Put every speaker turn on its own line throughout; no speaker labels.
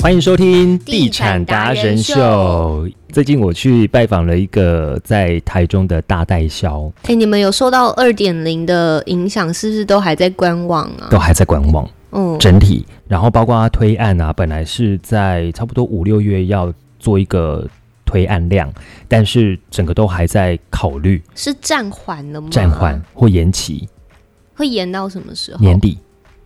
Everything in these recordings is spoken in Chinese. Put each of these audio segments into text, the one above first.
欢迎收听《
地产达人秀》。
最近我去拜访了一个在台中的大代销，
哎、你们有受到二点零的影响，是不是都还在观望啊？
都还在观望
嗯，
整体，然后包括它推案啊，本来是在差不多五六月要做一个推案量，但是整个都还在考虑
是暂缓了吗？
暂缓或延期，
会延到什么时候？
年底，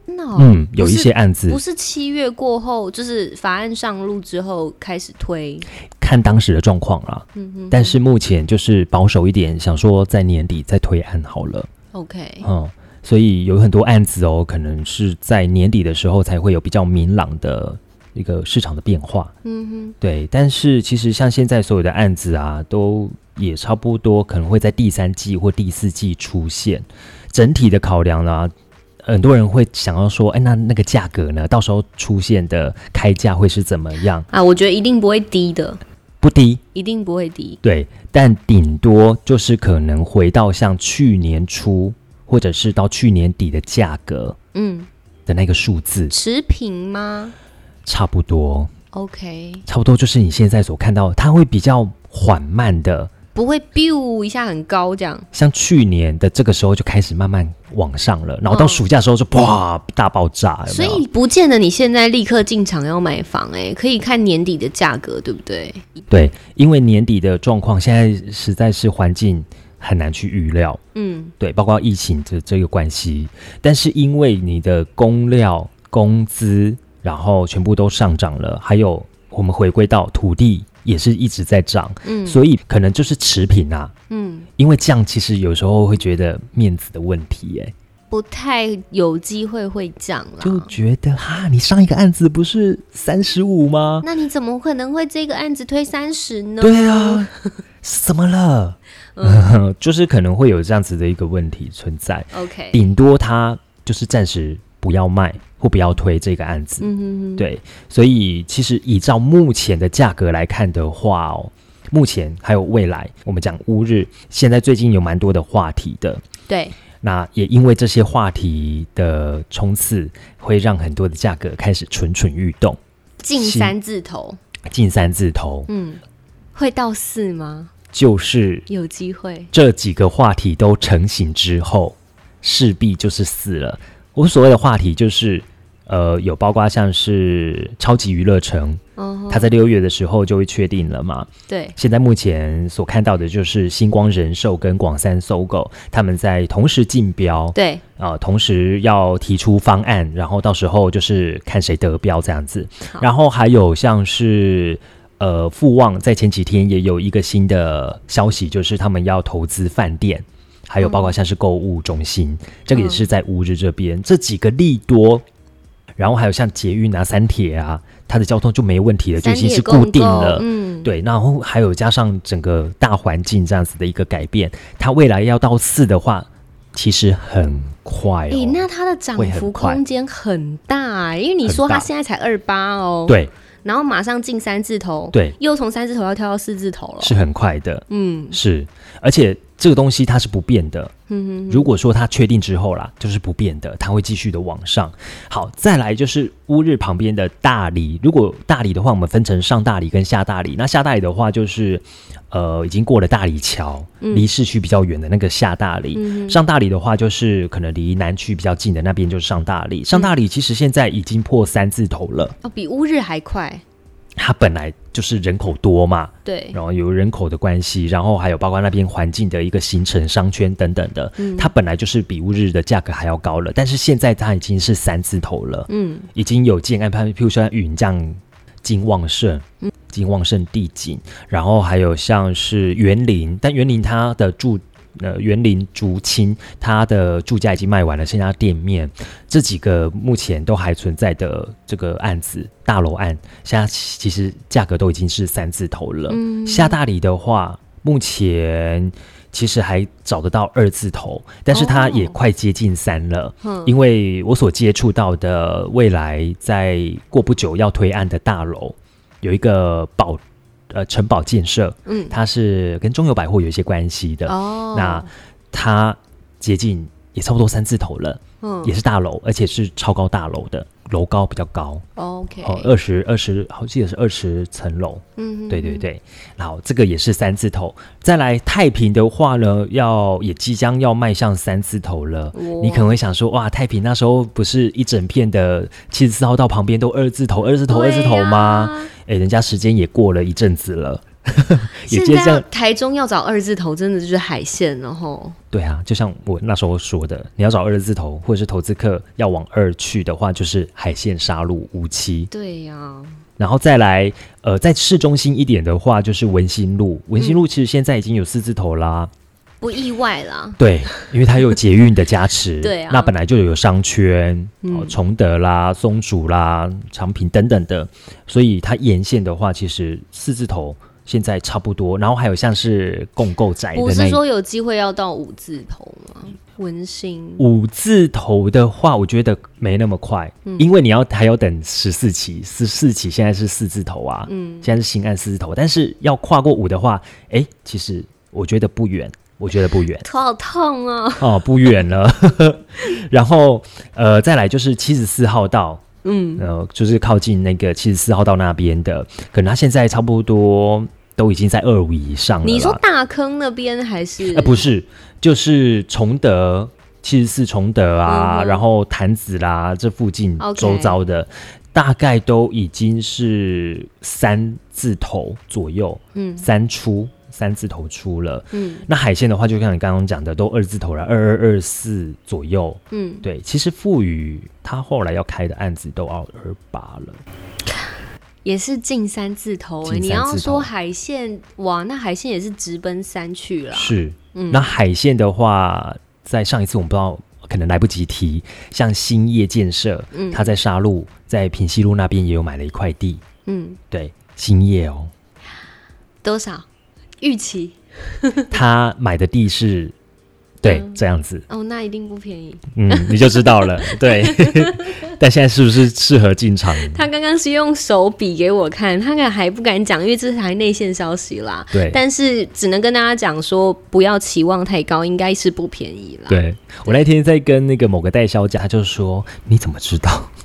真哦的哦、
嗯，
不
有一
是
些案子
不是七月过后，就是法案上路之后开始推。
看当时的状况啦。
嗯哼，
但是目前就是保守一点，想说在年底再推案好了。
OK，
嗯，所以有很多案子哦，可能是在年底的时候才会有比较明朗的一个市场的变化。
嗯
对，但是其实像现在所有的案子啊，都也差不多可能会在第三季或第四季出现。整体的考量呢、很多人会想要说，哎，那那个价格呢，到时候出现的开价会是怎么样？
哼，啊，我觉得一定不会低的，
不低，
一定不会低。
对，但顶多就是可能回到像去年初或者是到去年底的价格
嗯，
的那个数字，
持平吗
差不多，
？OK，
差不多就是你现在所看到，它会比较缓慢的，
不会 biu 一下很高这样。
像去年的这个时候就开始慢慢往上了，然后到
嗯
暑假的时候就哇大爆炸，呃有没
所
有？
以不见得你现在立刻进场要买房、哎，可以看年底的价格，对不对？
对，因为年底的状况现在实在是环境很难去预料，
嗯，
对，包括疫情这这个关系，但是因为你的工料、工资，然后全部都上涨了，还有我们回归到土地也是一直在涨，
嗯
所以可能就是持平啊。
嗯，
因为这样其实有时候会觉得面子的问题、耶，
不太有机会会降
就
啦。
觉得哈，你上一个案子不是三十五吗？
那你怎么可能会这个案子推三十呢？
对啊， 是怎么了？
嗯
就是可能会有这样子的一个问题存在，
，OK，
顶多他就是暂时不要卖或不要推这个案子。
嗯哼哼，
对，所以其实依照目前的价格来看的话哦，目前还有未来，我们讲乌日，现在最近有蛮多的话题的，
对，
那也因为这些话题的冲刺，会让很多的价格开始蠢蠢欲动，
近
行
三字头，
近三字头，
嗯，会到四吗？
就是
有机会，
这几个话题都成型之后，势必就是死了。我所谓的话题就是，呃，有包括像是超级娱乐城，
嗯哼，
它在六月的时候就会确定了嘛。
对，
现在目前所看到的就是星光人寿跟广三搜狗，他们在同时竞标，
对，
呃，同时要提出方案，然后到时候就是看谁得标这样子。
好
然后还有像是呃富旺在前几天也有一个新的消息，就是他们要投资饭店，还有包
哦
括像是购物中心，这
嗯
个也是在乌日这边这几个利多。然后还有像捷运啊、三铁啊，它的交通就没问题了，就
三
已经
铁
是
共
固定
购
了。
嗯，
对，然后还有加上整个大环境这样子的一个改变，它未来要到四的话，其实很快哦。
诶，那它的涨
会很
幅
快
空间很大、因为你
很
说它
大
现在才二八哦，，
对
然后马上进三字头，，
对，
又从三字头要跳到四字头了，
是，很快的，
嗯
是，而且这个东西它是不变的。
嗯
如果说它确定之后啦，就是不变的，它会继续的往上。好，再来就是乌日旁边的大理，如果大理的话，我们分成上大理跟下大理。那下大理的话，就是呃已经过了大理桥，离市区比较远的那个下大理。上大理的话，就是可能离南区比较近的那边就是上大理。上大理其实现在已经破三字头了，
哦，比乌日还快，
它本来就是人口多嘛，
对，
然后有人口的关系，然后还有包括那边环境的一个形成、商圈等等的，
嗯
它本来就是比乌日的价格还要高了，但是现在它已经是三字头了，
嗯
已经有建安譬如说像云降、金旺盛、金旺盛地景，然后还有像是园林，但园林它的住。呃，园林竹青，它的住家已经卖完了，剩下店面这几个目前都还存在的这个案子，大楼案，现在其实价格都已经是三字头了。
嗯，
下大理的话，目前其实还找得到二字头，但是它
哦
也快接近三了。
嗯
因为我所接触到的未来在过不久要推案的大楼，有一个保呃城堡建设，
嗯
它是跟中友百货有一些关系的，
哦，
那它接近也差不多三字头了，
嗯
也是大楼，而且是超高大楼的。楼高比较高，
OK，
哦，二十二十，好记得是二十层楼，
嗯
对对对，然后这个也是三字头。再来太平的话呢，要也即将要迈向三字头了。你可能会想说，哇，太平那时候不是一整片的七十四号道旁边都二字头、二字头、二字头吗？？哎、人家时间也过了一阵子了， 也
现
就
在
像
台中要找二字头，真的就是海哦线，然后
对啊，就像我那时候说的，你要找二字头或者是投资客要往二去的话，就是海线杀戮无期。
对呀、
然后再来，呃，在市中心一点的话，就是文心路。文心路其实现在已经有四字头啦，
不意外啦。
对，因为它有捷运的加持，
对啊
那本来就有商圈，
嗯
哦，崇德啦、松竹啦、长平等等的，所以它沿线的话，其实四字头现在差不多。然后还有像是共购宅
不
的
是
那一
说有机会要到五字头吗？文心
五字头的话，我觉得没那么快，因为你要还要等十四期，十四期现在是四字头啊，
嗯
现在是新案四字头，但是要跨过五的话，哎，其实我觉得不远，我觉得不 远。
头好痛哦。
哦，不远了。 然后呃，再来就是七十四号道，
嗯，
呃，就是靠近那个七十四号道那边的，可能它现在差不多都已经在二五以上了啦。
你说大坑那边还是？
呃，不是，就是崇德七十四崇德啊，
嗯哼
然后潭子啦，这附近
OK
周遭的大概都已经是三字头左右，
嗯
三出三字头出了。
嗯
那海鲜的话，就像你刚刚讲的，都二字头了，二二二四左右。
嗯，
对，其实富宇他后来要开的案子都二二八了，
也是近三字头哎、
近三
你
字
要
头
说海线哇，那海线也是直奔三去了。
是。
嗯
那海线的话，在上一次我们不知道，可能来不及提，像兴业建设，
嗯
他在沙路，在平西路那边也有买了一块地，
嗯，
对，兴业 哦，
多少预期？
他买的地是。对，
嗯
这样子，
哦，那一定不便宜。
嗯，你就知道 了。对， 但现在是不是适合进场？
他刚刚是用手比给我看，他敢还不敢讲，因为这是还内线消息啦。
对，
但是只能跟大家讲说，不要期望太高，应该是不便宜啦。
对我那天在跟那个某个代销家，他就说你怎么知道？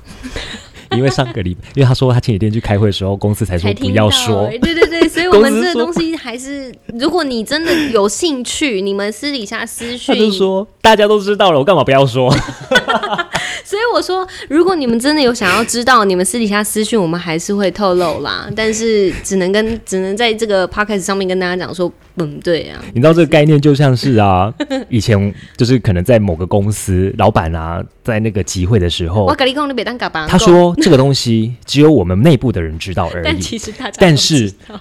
因为上个礼拜，因为他说他前几天去开会的时候，公司才说
才
不
听
要
到
说
欸，对 对对，所以我们
公司
这个
说
东西还是，如果你真的有兴趣，你们私底下私
他
讯。
就说大家都知道了，我干嘛不要 说？
所以我说，如果你们真的有想要知道，你们私底下私讯，我们还是会透露啦。但是只能跟只能在这个 podcast 上面跟大家讲说，嗯，对啊，
你知道这个概念就像是啊，以前就是可能在某个公司，老板啊，在那个集会的时
我
候，
跟你讲，你别当嘎巴。
哦他，说这个东西只有我们内部的人知道而
但
已，
其实大家都
但是
知道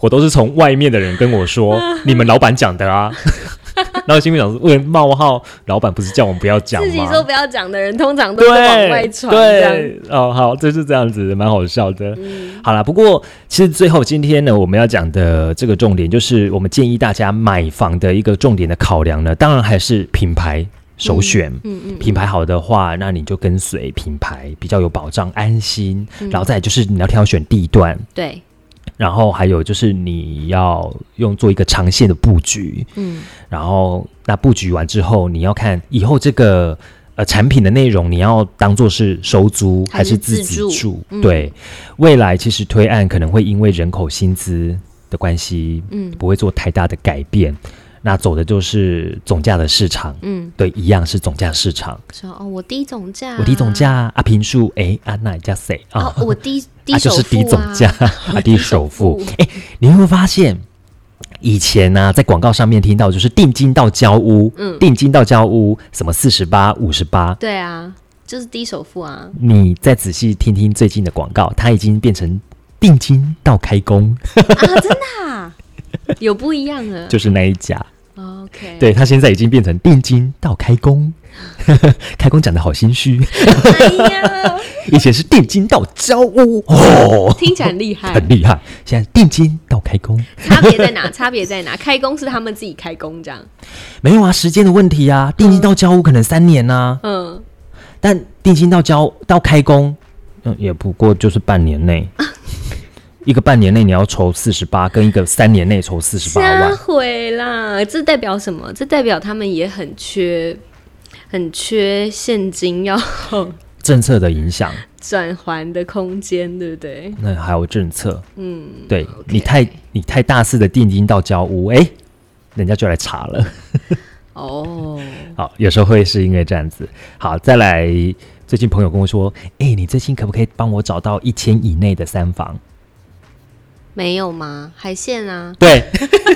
我都是从外面的人跟我说， 你们老板讲的啊。 然后心里想说，为了冒号，老板不是叫我们不要讲吗？
自己说不要讲的人，通常都
对，
是往外传这样。嗯
对，哦，好，就是这样子，蛮好笑的。好啦，不过其实最后今天呢，我们要讲的这个重点，就是我们建议大家买房的一个重点的考量呢，当然还是品牌首选。
嗯嗯，
品牌好的话，那你就跟随品牌比较有保障、安心。
嗯
然后再来就是你要挑选地段，
对，
然后还有就是你要用做一个长线的布局。
嗯
然后那布局完之后，你要看以后这个呃产品的内容，你要当做是收租还
还是
是自己
自住
住？
嗯
对，未来其实推案可能会因为人口薪资的关系，
嗯
不会做太大的改变。那走的就是总价的市场，
嗯，
对，一样是总价市场。
说哦，我低总价，
我低总价，阿平数，哎，阿奶加谁啊
哦？，我低低
啊，
首
就
付
是低总价， 啊，低首付
低首。
哎、你会发现，以前呢、在广告上面听到就是定金到交屋，
嗯
定金到交屋，什么四十八、五十八。
对啊，就是低首 付啊，
你再仔细听听最近的广告，它已经变成定金到开工，
啊，真的啊，有不一样了。
就是那一家。
OK，，
对，它现在已经变成定金到开工， 开工讲的好心虚。
哎呀，
以前是定金到交屋，哦，
听起来很厉害，
很厉害。现在定金到开工，
差别在哪？差别在哪？开工是他们自己开工这样，
没有啊，时间的问题啊，定金到交屋可能三年啊。
嗯，
但定金到交到开工，嗯，也不过就是半年 内，一个半年内你要筹四十八，跟一个三年内筹四十八
瞎
万，
毁啦！这代表什么？这代表他们也很缺，很缺现金要
政策的影响，
转环的空间，对不对？
那还有政策，
嗯，
对
OK
你太你太大肆的定金到交屋，哎、人家就来查了。
嗯哦，
好，有时候会是因为这样子。好，再来，最近朋友跟我说，哎、你最近可不可以帮我找到一千以内的三房？
没有吗？海线啊，
对，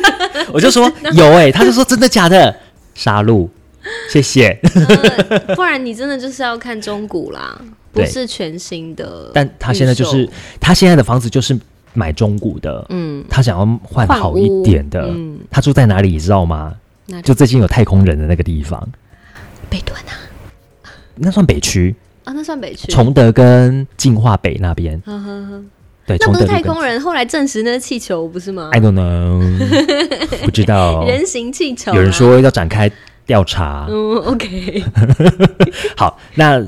我就 说有哎、他就说真的假的？杀戮，谢谢。
呃不然你真的就是要看中古啦，不
对
是全新的。
但他现在就是，他现在的房子就是买中古的，
嗯，
他想要换好一点的
换屋嗯。
他住在哪里你知道吗？
那
就
就
最近有太空人的那个地方，
北屯啊，
那算北区，
啊，那算北区。
崇德跟进化北那边。
呵呵呵，
对，
那
崇
不
德
是
路
太
跟
空人，后来证实那是气球，不是吗？
I don't know，不 知道。
人形气球、啊。
有人，说要展开调查。
嗯，OK，
好，那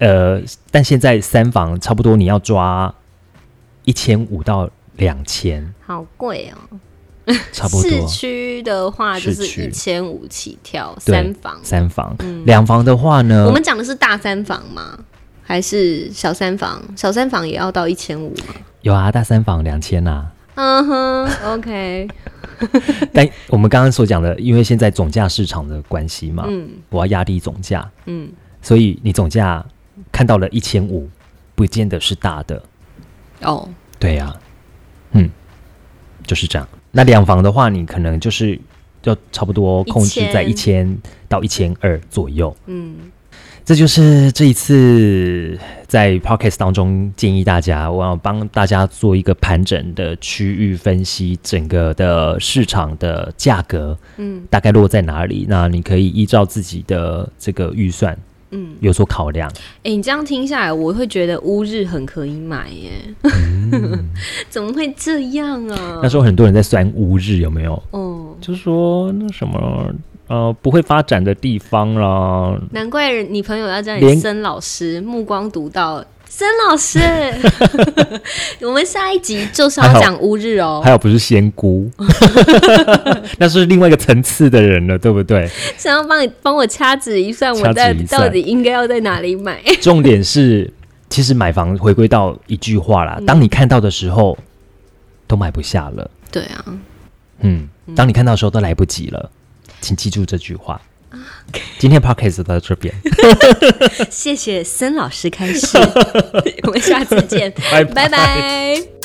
呃，但现在三房差不多你要抓一千五到两千，
好贵哦。
差不
市
多。
区的话就
市
是
区
一千五起跳，
对
三房。嗯
三房，两、房的话呢
我，们讲的是大三房吗？还是小三房？小三房也要到一千五 吗？
有啊，大三房两千 啊。
嗯哼，OK，
但我们刚刚所讲的，因为现在总价市场的关系嘛，
嗯
我要压低总价，
嗯，
所以你总价看到了一千五，不见得是大的。
哦，
对呀、嗯，就是这样。那两房的话，你可能就是要差不多控制在一千到一千二左右。
嗯，
这就是这一次在 podcast 当中建议大家，我要帮大家做一个盘整的区域分析，整个的市场的价格，
嗯，
大概落在哪里？那你可以依照自己的这个预算，
嗯，
有所考量。
哎、你这样听下来，我会觉得乌日很可以买耶，
嗯
怎么会这样啊
那？时候很多人在算乌日有没有？
哦，
就是说那什么呃不会发展的地方啦，
难怪你朋友要叫你
连
森老师，目光独到。森 老师，我们下一集就是要讲乌日哦
还，有不是仙姑， 那是另外一个层次的人了，对不对？
想要帮你帮我掐指一算，我
掐
到
指
底
一算
到底应该要在哪里买？
重点是，其实买房回归到一句话啦，当你看到的时候，都买不下了，
对啊，
嗯，当你看到的时候都来不及了，请记住这句话。今天 podcast 就到这边，
谢谢森老师开始，我们下次见，
拜拜
拜拜